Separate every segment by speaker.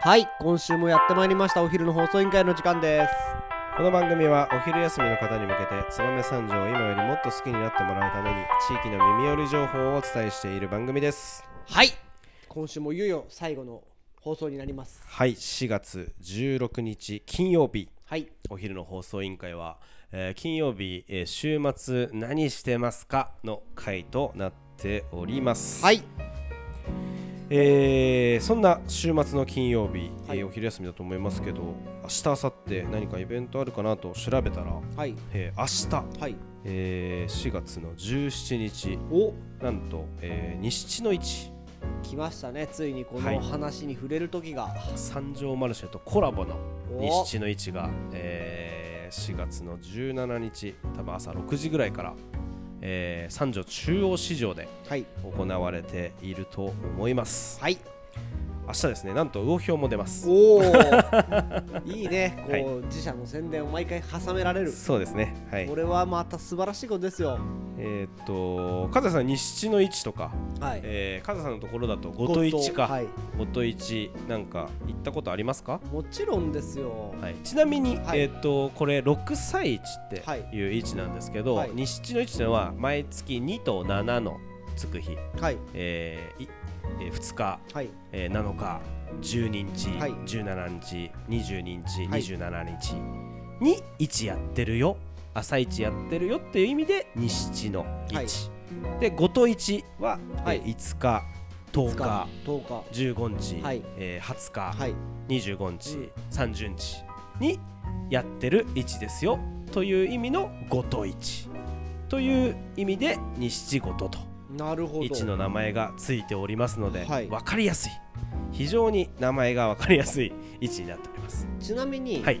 Speaker 1: はい今週もやってまいりましたお昼の放送委員会の時間です
Speaker 2: この番組はお昼休みの方に向けて燕三条を今よりもっと好きになってもらうために地域の耳寄り情報をお伝えしている番組です
Speaker 1: はい今週もいよいよ最後の放送になります
Speaker 2: はい4月16日金曜日
Speaker 1: はい
Speaker 2: お昼の放送委員会は、えー金曜日、えー週末何してますかの回となっております
Speaker 1: はい
Speaker 2: えーそんな週末の金曜日、
Speaker 1: はい
Speaker 2: えーお昼休みだと思いますけど明日明後日何かイベントあるかなと調べたら、
Speaker 1: はい
Speaker 2: えー明日
Speaker 1: はい
Speaker 2: えー4月の17日
Speaker 1: お
Speaker 2: なんと、えー西地の市
Speaker 1: 来ましたねついにこ
Speaker 2: は
Speaker 1: の
Speaker 2: い
Speaker 1: 話に触れる時が、
Speaker 2: 三条マルシェとコラボの
Speaker 1: お
Speaker 2: 西地の市が、えー4月の17日多分朝6時ぐらいから、えー三条中央市場で
Speaker 1: はい
Speaker 2: 行われていると思います
Speaker 1: はい
Speaker 2: 明日ですねなんと魚票も出ます
Speaker 1: おお いいねこう、
Speaker 2: はい
Speaker 1: 自社の宣伝を毎回挟められる
Speaker 2: そうですねはい
Speaker 1: これはまた素晴らしいことですよ
Speaker 2: えーっと風さん西地の市とか、
Speaker 1: はい
Speaker 2: えー、風さんのところだとごと市か、
Speaker 1: はい、
Speaker 2: ごと市なんか行ったことありますか
Speaker 1: もちろんですよ
Speaker 2: はい、ちなみに、
Speaker 1: はい
Speaker 2: えー、とこれ6歳市
Speaker 1: は
Speaker 2: っていう位置なんですけど、
Speaker 1: はい
Speaker 2: 西地の位置というのは毎月2と7のつく日、
Speaker 1: はい
Speaker 2: えーいえー2日、
Speaker 1: はい
Speaker 2: えー7日12日、
Speaker 1: はい
Speaker 2: 17日22日、
Speaker 1: はい
Speaker 2: 27日に市やってるよ朝市やってるよっていう意味で西地の市、
Speaker 1: はい
Speaker 2: で五島市は、
Speaker 1: はい
Speaker 2: えー5日10
Speaker 1: 10
Speaker 2: 日
Speaker 1: 日10日
Speaker 2: 15日、
Speaker 1: はい
Speaker 2: えー20日、
Speaker 1: はい
Speaker 2: 25日、
Speaker 1: うん
Speaker 2: 30日にやってる位置ですよという意味のごと市という意味で西地ごとと
Speaker 1: なるほど
Speaker 2: 位置の名前がついておりますので、
Speaker 1: はい
Speaker 2: 分かりやすい非常に名前が分かりやすい位置になっております
Speaker 1: ちなみに、
Speaker 2: はい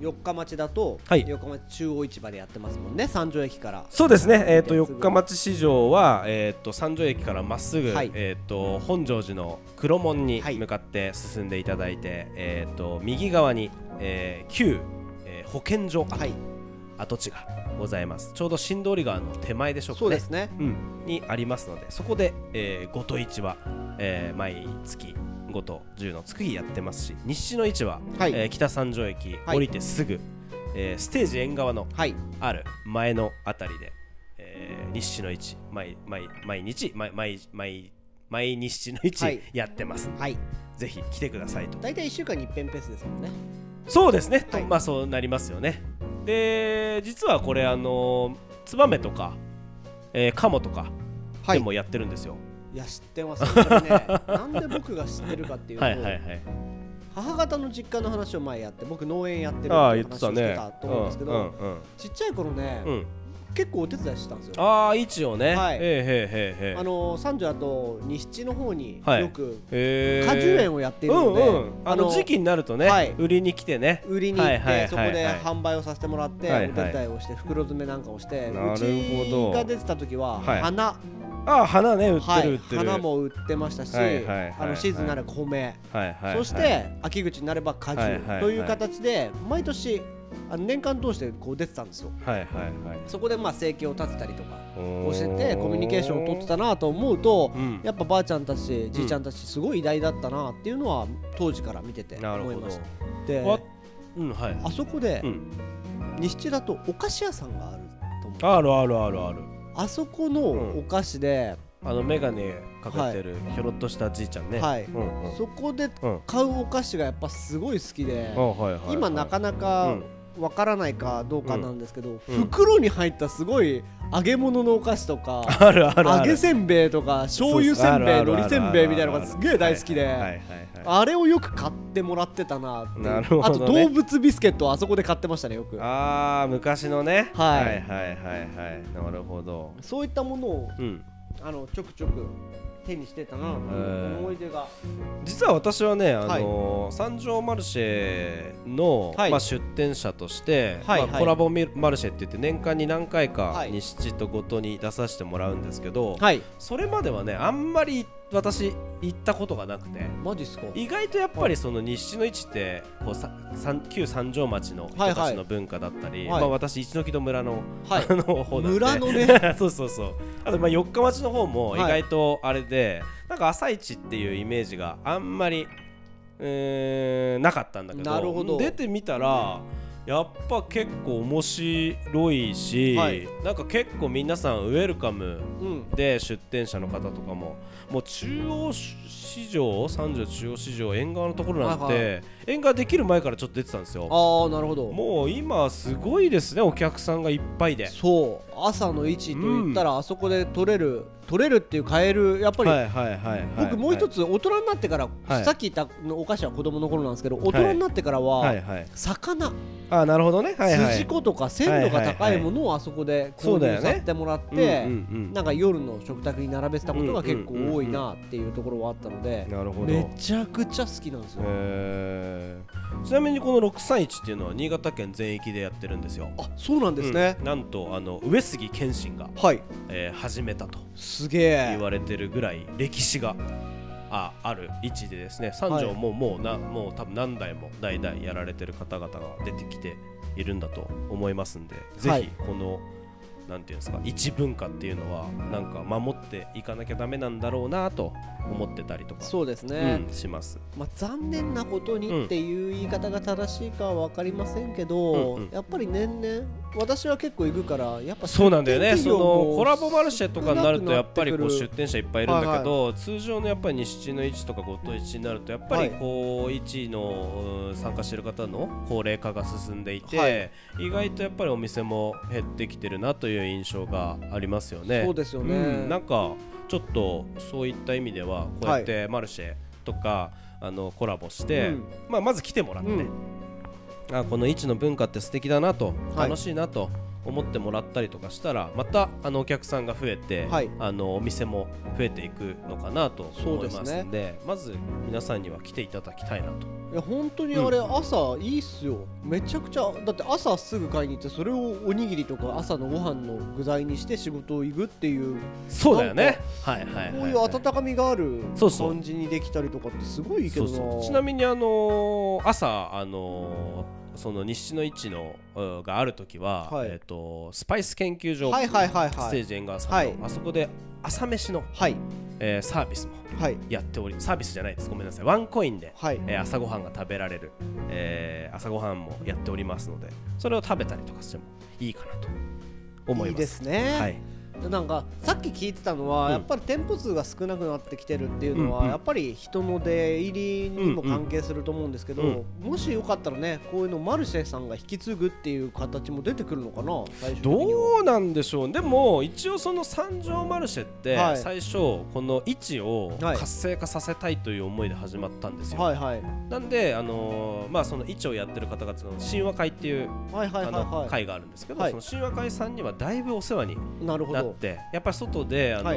Speaker 1: 四日町だと、
Speaker 2: はい
Speaker 1: 四日町中央市場でやってますもんね三条駅から
Speaker 2: そうですね、えー、と
Speaker 1: すぐ
Speaker 2: 四日町市場は、えー、と三条駅からまっすぐ、
Speaker 1: はい
Speaker 2: えー、と本庄寺の黒門に
Speaker 1: はい
Speaker 2: 向かって進んでいただいて、えー、と右側に、えー旧、えー保健所跡
Speaker 1: はい
Speaker 2: 跡地がございますちょうど新通り川の手前でしょうかね
Speaker 1: そうですね
Speaker 2: うん、にありますのでそこで、えー、ごと市は、えー毎月5と10のつく日やってますし西の市は、
Speaker 1: はい
Speaker 2: えー北三条駅
Speaker 1: はい
Speaker 2: 降りてすぐ、えーステージ縁側の
Speaker 1: はい
Speaker 2: ある前のあたりで、えー、西の市毎毎毎日毎毎毎毎日の
Speaker 1: は
Speaker 2: 市
Speaker 1: い
Speaker 2: やってます、
Speaker 1: はい
Speaker 2: ぜひ来てくださいと
Speaker 1: 大体一週間に一遍ペースですもんね
Speaker 2: そうですね、
Speaker 1: はい
Speaker 2: とまあそうなりますよねで実はこれあのツバメとか、えーカモとか
Speaker 1: は
Speaker 2: で
Speaker 1: い
Speaker 2: もやってるんですよ、
Speaker 1: いや知ってますこれね なんで僕が知ってるかっていうと、
Speaker 2: はいはいはい
Speaker 1: 母方の実家の話を前やって僕農園やってるっていう
Speaker 2: ああ
Speaker 1: 話
Speaker 2: 言っ
Speaker 1: を
Speaker 2: てた
Speaker 1: して
Speaker 2: ね
Speaker 1: たと思うんですけど、
Speaker 2: うんうん
Speaker 1: ちっちゃい頃ね、
Speaker 2: うんうん
Speaker 1: 結構お手伝いしてたんですよ
Speaker 2: ああ一応ね、
Speaker 1: はい
Speaker 2: へえへえへえへえ
Speaker 1: あの三条だと西地の方に
Speaker 2: はい
Speaker 1: よく
Speaker 2: へえ
Speaker 1: 果樹園をやっているので、
Speaker 2: うんうん、あの時期になるとね、
Speaker 1: はい
Speaker 2: 売りに来てね
Speaker 1: 売りに行って、
Speaker 2: はいはいはいはい
Speaker 1: そこで販売をさせてもらって、
Speaker 2: はいはい
Speaker 1: お手伝いをして袋詰めなんかをして、
Speaker 2: なるほど
Speaker 1: うちが出てた時は、
Speaker 2: はい
Speaker 1: 花、
Speaker 2: ああ花ね売って
Speaker 1: は
Speaker 2: る
Speaker 1: い
Speaker 2: 売ってる、
Speaker 1: 花も売ってましたし、
Speaker 2: はいはいはいはい
Speaker 1: あのシーズンになれば米、
Speaker 2: はいはいはい
Speaker 1: そして秋口になれば果樹、
Speaker 2: はいはいはい
Speaker 1: という形で毎年あの年間通してこう出てたんですよ。
Speaker 2: はいはいはい
Speaker 1: そこでまあ生計を立てたりとか
Speaker 2: 教
Speaker 1: をしててコミュニケーションを取ってたなと思うと
Speaker 2: う。ん
Speaker 1: やっぱばあちゃんたちじいちゃんたちすごい偉大だったなっていうのは当時から見てて
Speaker 2: なる
Speaker 1: 思い
Speaker 2: ほ
Speaker 1: ました
Speaker 2: ど
Speaker 1: で
Speaker 2: わうんはい
Speaker 1: あそこで、
Speaker 2: うん
Speaker 1: 西地だとお菓子屋さんがあると思う
Speaker 2: あるあるあるある
Speaker 1: あそこの
Speaker 2: うん
Speaker 1: お菓子で、
Speaker 2: あの眼鏡かけてるひょろっとしたじいちゃんね
Speaker 1: はい
Speaker 2: うんうん
Speaker 1: そこで
Speaker 2: うん
Speaker 1: 買うお菓子がやっぱすごい好きで
Speaker 2: あ、はいはいはい
Speaker 1: 今なかな
Speaker 2: う
Speaker 1: か
Speaker 2: ん
Speaker 1: わからないかどうかなんですけど、
Speaker 2: うん
Speaker 1: 袋に入ったすごい揚げ物のお菓子とか、
Speaker 2: あ るあるあ
Speaker 1: 揚
Speaker 2: る
Speaker 1: げせんべいとか醤油せんべい海苔せんべいみたいなのがすげえ大好きで。
Speaker 2: はいはいはいはい
Speaker 1: あれをよく買ってもらってたなっていう
Speaker 2: なるほどね
Speaker 1: あと動物ビスケットをあそこで買ってましたねよく
Speaker 2: あー昔のね
Speaker 1: はい
Speaker 2: はいはいはいはいなるほど
Speaker 1: そういったものを
Speaker 2: うん
Speaker 1: あのちょくちょく手にしてたなっていう思い出が
Speaker 2: 実は私はね、あのー三条マルシェの、
Speaker 1: はい
Speaker 2: まあ、出店者として、
Speaker 1: はい
Speaker 2: ま
Speaker 1: は
Speaker 2: あ、
Speaker 1: い
Speaker 2: コラボミルマルシェって言って年間に何回か
Speaker 1: はい
Speaker 2: 西地とごとに出させてもらうんですけど、
Speaker 1: はい
Speaker 2: それまではねあんまり私行ったことがなくて
Speaker 1: マジっすか
Speaker 2: 意外とやっぱりその西の位置ってこうさ三旧三条町の人
Speaker 1: はい
Speaker 2: た
Speaker 1: はい
Speaker 2: ちの文化だったり、
Speaker 1: はい
Speaker 2: まあ、私一ノ木戸村の,、
Speaker 1: はい
Speaker 2: あの方なんで
Speaker 1: 村のね
Speaker 2: そうそうそうあとまあ四日町の方も意外とあれで、なんか朝市っていうイメージがあんまりえーなかったんだけど
Speaker 1: なるほど
Speaker 2: 出てみたら、やっぱ結構面白いし、
Speaker 1: はい
Speaker 2: なんか結構皆さんウェルカム
Speaker 1: うん
Speaker 2: で出店者の方とかももう中央市場三条中央市場縁側のところなんて、
Speaker 1: はい
Speaker 2: 縁側できる前からちょっと出てたんですよ
Speaker 1: ああなるほど
Speaker 2: もう今すごいですねお客さんがいっぱいで
Speaker 1: そう朝の位置といったら、あそこで取れる取れるっていう買えるやっぱり、
Speaker 2: はいはいはいはい
Speaker 1: 僕もう一つ大人になってから、
Speaker 2: はい
Speaker 1: さっき言ったのお菓子は子供の頃なんですけど
Speaker 2: い
Speaker 1: 大人になってからは、
Speaker 2: はいはい
Speaker 1: 魚、
Speaker 2: ああなるほどねはいはい
Speaker 1: 筋子とか鮮度が高いものをあそこで
Speaker 2: そ
Speaker 1: 購
Speaker 2: うだよ
Speaker 1: 入
Speaker 2: ね
Speaker 1: させてもらって、
Speaker 2: うんうんうん
Speaker 1: なんか夜の食卓に並べてたことが結構多いなっていうところはあったので、
Speaker 2: なるほど
Speaker 1: めちゃくちゃ好きなんですよ、
Speaker 2: えーちなみにこの631っていうのは新潟県全域でやってるんですよ
Speaker 1: あそうなんですね
Speaker 2: う、んなんとあの上杉謙信が、
Speaker 1: はい
Speaker 2: えー始めたと
Speaker 1: すげえ
Speaker 2: 言われてるぐらい歴史があある位置でですね三条ももうな、もう多分何代も代々やられてる方々が出てきているんだと思いますんで、
Speaker 1: は
Speaker 2: ぜ
Speaker 1: い
Speaker 2: ひこのなんていうんですか一文化っていうのはなんか守っていかなきゃダメなんだろうなと思ってたりとか
Speaker 1: そうですね、
Speaker 2: うん、します。
Speaker 1: まあ、残念なこと
Speaker 2: うん
Speaker 1: にっていう言い方が正しいかは分かりませんけど、
Speaker 2: うんうん
Speaker 1: やっぱり年々私は結構行くからやっぱ
Speaker 2: そうなんだよ
Speaker 1: 出
Speaker 2: ねそ
Speaker 1: 店料
Speaker 2: の
Speaker 1: も
Speaker 2: コラボマルシェとかになるとやっぱりこう
Speaker 1: 少なくな
Speaker 2: 出
Speaker 1: って
Speaker 2: 店者いっぱいいるんだけど、通常のやっぱり西地の1とか五島1になるとやっぱりこう1のうん参加してる方の高齢化が進んでいて、
Speaker 1: はい
Speaker 2: 意外とやっぱりお店も減ってきてるなという印象がありますよ
Speaker 1: くる
Speaker 2: ね。
Speaker 1: そうですよね、
Speaker 2: うん、なんかちょっとそういった意味ではこうやってマルシェとか、あのコラボして、
Speaker 1: うん
Speaker 2: まあ、まず来てもらって、
Speaker 1: うん
Speaker 2: あこの市の文化って素敵だなと、
Speaker 1: はい
Speaker 2: 楽しいなと思ってもらったりとかしたらまたあのお客さんが増えて、
Speaker 1: はい
Speaker 2: あのお店も増えていくのかなと
Speaker 1: そう
Speaker 2: 思
Speaker 1: で
Speaker 2: い
Speaker 1: すね
Speaker 2: ますんでまず皆さんには来ていただきたいなと
Speaker 1: いや本当にあれ朝いいっすよ、めちゃくちゃだって朝すぐ買いに行ってそれをおにぎりとか朝のご飯の具材にして仕事を行くっていう
Speaker 2: そうだよねはいはいはい、
Speaker 1: こう
Speaker 2: はい
Speaker 1: いう温かみがある
Speaker 2: そうそう
Speaker 1: 感じにできたりとかってすごいいいけ
Speaker 2: そ
Speaker 1: ど
Speaker 2: う
Speaker 1: な
Speaker 2: そうちなみにあのー朝あのーその西の市のうんがある時は、
Speaker 1: はい
Speaker 2: えっ、とスパイス研究所、
Speaker 1: はいはいはい
Speaker 2: ス
Speaker 1: は
Speaker 2: テー
Speaker 1: い
Speaker 2: ジ縁側さんの、
Speaker 1: はい
Speaker 2: あそこで朝飯の、
Speaker 1: はい
Speaker 2: えーサービスも
Speaker 1: はい
Speaker 2: やっておりサービスじゃないですごめんなさいワンコインで、
Speaker 1: はい
Speaker 2: えー朝ごはんが食べられる、えー朝ごはんもやっておりますのでそれを食べたりとかしてもいいかなと思い
Speaker 1: い
Speaker 2: ます
Speaker 1: ですね、
Speaker 2: はい、
Speaker 1: なんかさっき聞いてたのは、
Speaker 2: うん
Speaker 1: やっぱり店舗数が少なくなってきてるっていうのは、
Speaker 2: うんうん
Speaker 1: やっぱり人の出入りにも関係すると思うんですけど、
Speaker 2: うん
Speaker 1: もしよかったらねこういうのマルシェさんが引き継ぐっていう形も出てくるのかな最終的に
Speaker 2: ど
Speaker 1: は
Speaker 2: うなんでしょうでも一応その三条マルシェって
Speaker 1: はい
Speaker 2: 最初この位置を
Speaker 1: はい
Speaker 2: 活性化させたいという思いで始まったんですよ、
Speaker 1: はいはい
Speaker 2: なんであのーまあその位置をやってる方々の神話会っていう
Speaker 1: はいはい
Speaker 2: あの
Speaker 1: はいは
Speaker 2: 会があるんですけど、
Speaker 1: はい
Speaker 2: その神話会さんにはだいぶお世話に
Speaker 1: いなるほ
Speaker 2: なっ
Speaker 1: ど
Speaker 2: てやっぱり外で、あの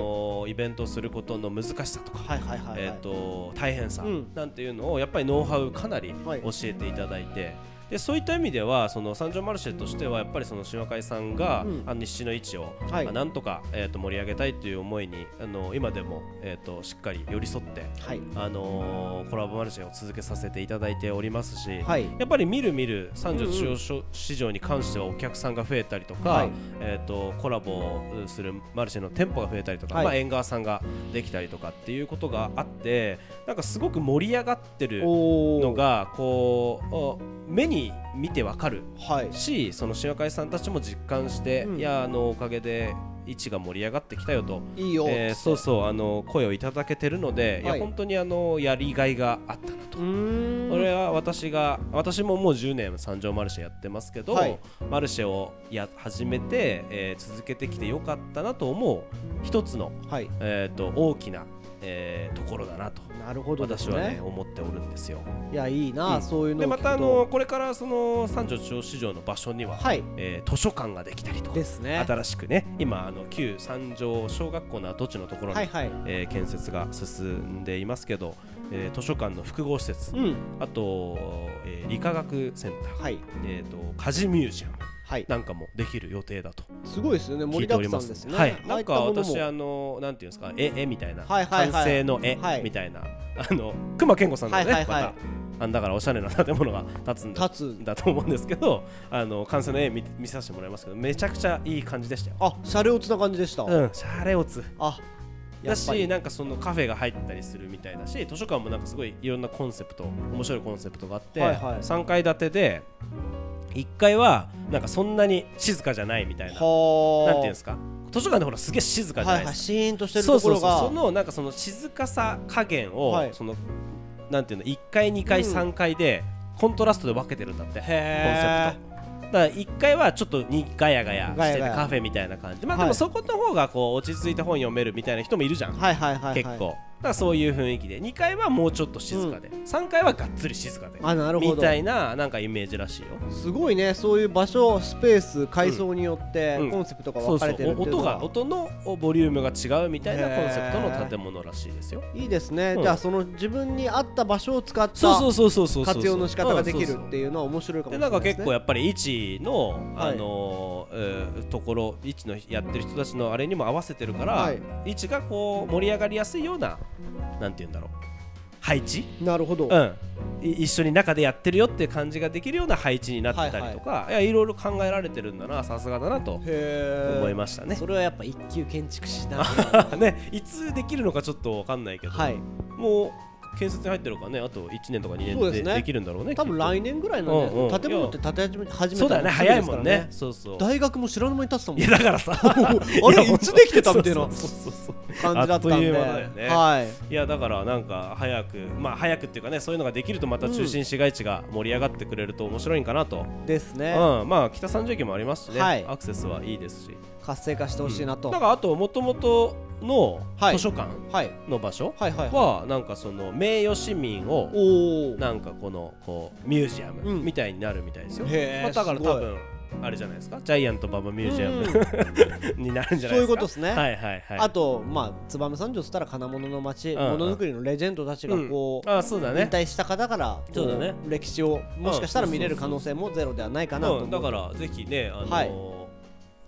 Speaker 2: ーイベントをすることの難しさとか、
Speaker 1: はいはいはいはい、
Speaker 2: えー、と大変さ
Speaker 1: うん
Speaker 2: なんていうのをやっぱりノウハウかなり
Speaker 1: はい
Speaker 2: 教えていただいて。でそういった意味ではその三条マルシェとしてはやっぱりその神話会さんが、
Speaker 1: うん
Speaker 2: あの日誌の位置を、
Speaker 1: はい
Speaker 2: まあなんとか、えー、と盛り上げたいという思いにあの今でも、えー、としっかり寄り添って、
Speaker 1: はい
Speaker 2: あのーコラボマルシェを続けさせていただいておりますし、
Speaker 1: はい
Speaker 2: やっぱりみるみる三条中央所市場に関してはお客さんが増えたりとか、
Speaker 1: はい
Speaker 2: えー、とコラボをするマルシェの店舗が増えたりとか、
Speaker 1: はい
Speaker 2: まあ、縁側さんができたりとかっていうことがあってなんかすごく盛り上がってる
Speaker 1: おー
Speaker 2: のがこうお目に見てわかる
Speaker 1: はい
Speaker 2: しその市話会さんたちも実感して、
Speaker 1: うん
Speaker 2: いやあのおかげで位置が盛り上がってきたよと。
Speaker 1: いいよ、
Speaker 2: えーそうそうあの声をいただけてるので、い
Speaker 1: はい
Speaker 2: や本当にあのやりがいがあったなと
Speaker 1: うーん
Speaker 2: これは私が私ももう10年三条マルシェやってますけど、
Speaker 1: はい
Speaker 2: マルシェをや始めて、えー続けてきてよかったなと思う一つの、
Speaker 1: はい
Speaker 2: えー、と大きな、えーところだなと
Speaker 1: なるほどです
Speaker 2: 私はね
Speaker 1: ね
Speaker 2: 思っておるんですよ。
Speaker 1: いやいいな、
Speaker 2: うん
Speaker 1: そういうの
Speaker 2: で
Speaker 1: を聞
Speaker 2: ま
Speaker 1: くと
Speaker 2: たあのこれからその三条中央市場の場所には、
Speaker 1: はい
Speaker 2: えー図書館ができたりとか、
Speaker 1: ですね
Speaker 2: 新しくね今あの旧三条小学校の跡地のところに、
Speaker 1: はいはい
Speaker 2: えー建設が進んでいますけど、えー図書館の複合施設、
Speaker 1: うん
Speaker 2: あと、えー理化学センター、
Speaker 1: はい
Speaker 2: えー、と家事ミュージアム
Speaker 1: はい
Speaker 2: なんかもできる予定だと
Speaker 1: すごいですよね
Speaker 2: 聞
Speaker 1: 盛
Speaker 2: い
Speaker 1: り
Speaker 2: て
Speaker 1: だ
Speaker 2: おり
Speaker 1: くさ
Speaker 2: ま
Speaker 1: ん
Speaker 2: す
Speaker 1: ですね
Speaker 2: はい、なんか
Speaker 1: ああいったもの
Speaker 2: 私
Speaker 1: も
Speaker 2: あのなんていうんですか絵絵みたいな、
Speaker 1: はいはいはい
Speaker 2: 完成の絵
Speaker 1: はい
Speaker 2: みたいな、あの熊健吾さんのね、
Speaker 1: はいはいはい
Speaker 2: またあんだからおしゃれな建物が建つんだ
Speaker 1: 立つ
Speaker 2: だと思うんですけどあの完成の絵見見させてもらいますけどめちゃくちゃいい感じでしたよ。
Speaker 1: あシャレオツな感じでした、
Speaker 2: うん、シャレオツ
Speaker 1: あや
Speaker 2: だ
Speaker 1: っぱり
Speaker 2: しなんかそのカフェが入ったりするみたいだし図書館もなんかすごいいろんなコンセプト面白いコンセプトがあって、
Speaker 1: はいはい
Speaker 2: 3階建てで1階はなんかそんなに静かじゃないみたいな
Speaker 1: は
Speaker 2: な
Speaker 1: あ
Speaker 2: んていうんですか図書館でほらすげえ静かじゃな
Speaker 1: はいい
Speaker 2: で
Speaker 1: はい
Speaker 2: す
Speaker 1: シーンとして
Speaker 2: か、
Speaker 1: る
Speaker 2: そう
Speaker 1: ところ
Speaker 2: そうそう
Speaker 1: が
Speaker 2: そのなんかその静かさ加減を、
Speaker 1: はい
Speaker 2: そのなんていうの1階2階
Speaker 1: うん
Speaker 2: 3階でコントラストで分けてるんだって、
Speaker 1: へ
Speaker 2: コンセプトだから1階はちょっとにガヤガヤ
Speaker 1: ガ
Speaker 2: し
Speaker 1: ヤ
Speaker 2: て
Speaker 1: ガ
Speaker 2: て
Speaker 1: ヤ
Speaker 2: カフェみたいな感じでまあ
Speaker 1: はい
Speaker 2: でもそこと方がこう落ち着いて本読めるみたいな人もいるじゃん、
Speaker 1: はいはいはいはい
Speaker 2: 結構だからそういう雰囲気で2階はもうちょっと静かで、3階はがっつり静かで
Speaker 1: あなるほ
Speaker 2: みた
Speaker 1: ど
Speaker 2: いななんかイメージらしいよ
Speaker 1: すごいねそういう場所スペース階層によって
Speaker 2: うん
Speaker 1: コンセプトが
Speaker 2: そ
Speaker 1: 分
Speaker 2: う
Speaker 1: か
Speaker 2: そう
Speaker 1: れてるって
Speaker 2: お
Speaker 1: いうの
Speaker 2: 音
Speaker 1: が
Speaker 2: が音のボリュームが違うみたいなコンセプト
Speaker 1: へー
Speaker 2: の建物らしいですよ
Speaker 1: いいですね、
Speaker 2: うん
Speaker 1: じゃあその自分に合った場所を使っ
Speaker 2: そうそ
Speaker 1: た
Speaker 2: うそうそうそうそう
Speaker 1: 活用の仕方ができ
Speaker 2: うん
Speaker 1: る
Speaker 2: そうそう
Speaker 1: っていうのは面白いかも
Speaker 2: で
Speaker 1: し
Speaker 2: な
Speaker 1: れ
Speaker 2: ん
Speaker 1: ない
Speaker 2: か
Speaker 1: です
Speaker 2: 結構
Speaker 1: ね
Speaker 2: やっぱり一の、
Speaker 1: はい
Speaker 2: あのーえーところ一のやってる人たちのあれにも合わせてるから、
Speaker 1: は
Speaker 2: はい一がこう盛り上がりやすいようななんて言うんだろう配置、
Speaker 1: なるほど、
Speaker 2: うん、い一緒に中でやってるよって感じができるような配置になってたりとか、いやいろいろ考えられてるんだなさすがだなと
Speaker 1: へえ
Speaker 2: 思いましたね。
Speaker 1: それはやっぱ一級建築士な
Speaker 2: ねいつできるのかちょっとわかんないけ ど、
Speaker 1: はい
Speaker 2: もう建設に入ってるからねあと1年とか2年
Speaker 1: そう
Speaker 2: で
Speaker 1: で
Speaker 2: です
Speaker 1: ね
Speaker 2: きるんだろう ね
Speaker 1: 多分来
Speaker 2: 年
Speaker 1: 年ぐらいなんで、
Speaker 2: うんうん
Speaker 1: 建物って建て始め始め
Speaker 2: そうだ
Speaker 1: たのすぐ
Speaker 2: よね早い
Speaker 1: です
Speaker 2: も
Speaker 1: から
Speaker 2: んねそうそう
Speaker 1: 大学も知らぬ間に建てたもん
Speaker 2: いやだからさ
Speaker 1: あれいつできてたみたいな
Speaker 2: そうそうそうそう
Speaker 1: 感じだったんで
Speaker 2: あっという間だよね
Speaker 1: はい
Speaker 2: いやだからなんか早くまあ早くっていうかねそういうのができるとまた中心市街地が盛り上がってくれると面白いんかなと、
Speaker 1: ですね、
Speaker 2: うん、まあ北三条駅もありますしね、
Speaker 1: はい
Speaker 2: アクセスはいいですし
Speaker 1: 活性化してほしいなと、
Speaker 2: うんだからあともともとの
Speaker 1: はい
Speaker 2: 図書館
Speaker 1: はい
Speaker 2: の場所
Speaker 1: はいはいはい
Speaker 2: はなんかその名誉市民を
Speaker 1: おお
Speaker 2: なんかこのこうミュージア
Speaker 1: う
Speaker 2: ム
Speaker 1: ん
Speaker 2: みたいになるみたいですよ、
Speaker 1: へー
Speaker 2: まあだから
Speaker 1: すごい
Speaker 2: 多分あれじゃないですかジャイアント馬場ミュージアム、 になるんじゃ
Speaker 1: そ
Speaker 2: な
Speaker 1: う
Speaker 2: い
Speaker 1: いう
Speaker 2: ですか
Speaker 1: ことですね、
Speaker 2: はいはいはい
Speaker 1: あとまあ燕三条っつったら金物の町
Speaker 2: うんうん
Speaker 1: ものづくりのレジェンドたちがこう、
Speaker 2: うんあそうだ
Speaker 1: 引
Speaker 2: ね
Speaker 1: 退した方からこ
Speaker 2: そうだね
Speaker 1: 歴史をもしかしたら見れる可能性もゼロではないかなと思う、
Speaker 2: うん、だからぜひねあのー
Speaker 1: はい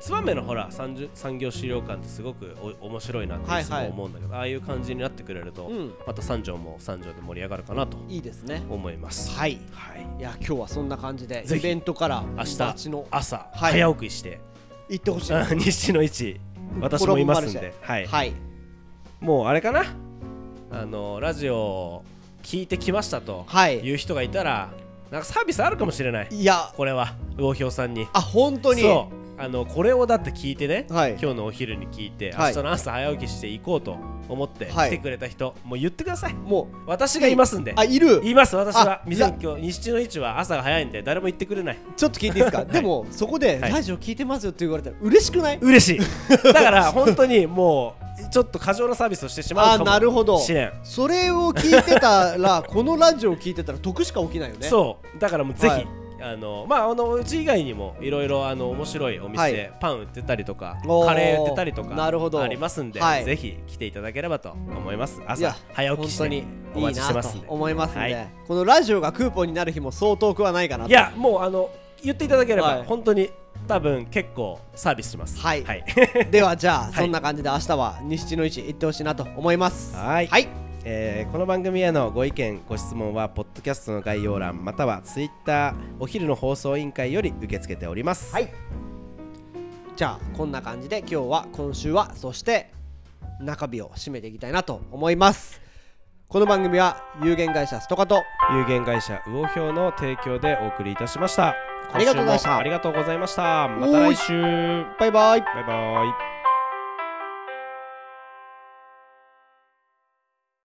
Speaker 2: 燕のほら三十産業資料館ってすごくお面白いなっていつ
Speaker 1: はいはい
Speaker 2: も思うんだけど、ああいう感じになってくれると、
Speaker 1: うん
Speaker 2: また三条も三条で盛り上がるかなと
Speaker 1: いいですね
Speaker 2: 思います
Speaker 1: はいい
Speaker 2: はい
Speaker 1: や今日はそんな感じで
Speaker 2: ぜ
Speaker 1: イ
Speaker 2: ひ
Speaker 1: ベントから
Speaker 2: 明日
Speaker 1: 街の
Speaker 2: 朝、
Speaker 1: はい
Speaker 2: 早起きして
Speaker 1: 行ってほしい、
Speaker 2: うん西の位置私もいます
Speaker 1: コ
Speaker 2: ん
Speaker 1: ロン
Speaker 2: で、はい
Speaker 1: はい
Speaker 2: もうあれかなあのーラジオを聞いてきましたと
Speaker 1: はい
Speaker 2: いう人がいたらなんかサービスあるかもしれない
Speaker 1: いや
Speaker 2: これは魚評さんに
Speaker 1: あ本当に
Speaker 2: そうあのこれをだって聞いてね、
Speaker 1: はい
Speaker 2: 今日のお昼に聞いて、
Speaker 1: はい
Speaker 2: 明日の朝早起きして行こうと思って
Speaker 1: はい
Speaker 2: 来てくれた人、もう言ってください
Speaker 1: もう
Speaker 2: 私がいますんで
Speaker 1: あいる
Speaker 2: 言います私は
Speaker 1: あ
Speaker 2: 店に今日西の位置は朝が早いんで誰も言ってくれない
Speaker 1: ちょっと聞いていいです か、でもそこで
Speaker 2: はい
Speaker 1: ラジオ聞いてますよって言われたら嬉しくない
Speaker 2: 嬉しいだから本当にもうちょっと過剰なサービスをしてしま
Speaker 1: あ
Speaker 2: うか
Speaker 1: ー
Speaker 2: も
Speaker 1: なるほど
Speaker 2: 試練
Speaker 1: それを聞いてたら このラジオを聞いてたら得しか起きないよね
Speaker 2: そうだからもうぜひ、
Speaker 1: はい
Speaker 2: あのまああのうち以外にもいろいろあの面白いお店、
Speaker 1: はい
Speaker 2: パン売ってたりとか
Speaker 1: おー
Speaker 2: カレー売ってたりとか
Speaker 1: なるほど
Speaker 2: ありますんで、
Speaker 1: はい
Speaker 2: ぜひ来ていただければと思います
Speaker 1: い
Speaker 2: 朝
Speaker 1: や
Speaker 2: 早起きし
Speaker 1: 本当
Speaker 2: てお
Speaker 1: にいい
Speaker 2: 待ちして
Speaker 1: な
Speaker 2: ま
Speaker 1: と
Speaker 2: すんで
Speaker 1: 思いますんで、
Speaker 2: はい
Speaker 1: このラジオがクーポンになる日もそう遠くはないかなと
Speaker 2: いやもうあの言っていただければ、
Speaker 1: はい
Speaker 2: 本当に多分結構サービスします
Speaker 1: はい
Speaker 2: はい、
Speaker 1: ではじゃあ、
Speaker 2: い
Speaker 1: そんな感じで明日は西の位置行ってほしいなと思います
Speaker 2: はい
Speaker 1: はい
Speaker 2: えーこの番組へのご意見ご質問はポッドキャストの概要欄またはツイッターお昼の放送委員会より受け付けております
Speaker 1: はいじゃあこんな感じで今日は今週はそして中日を締めていきたいなと思いますこの番組は有限会社ストカと
Speaker 2: 有限会社魚評の提供でお送りいたしました
Speaker 1: ありがとうございました
Speaker 2: 今週もありがとうございましたまた来週
Speaker 1: バイバイ
Speaker 2: バイバイ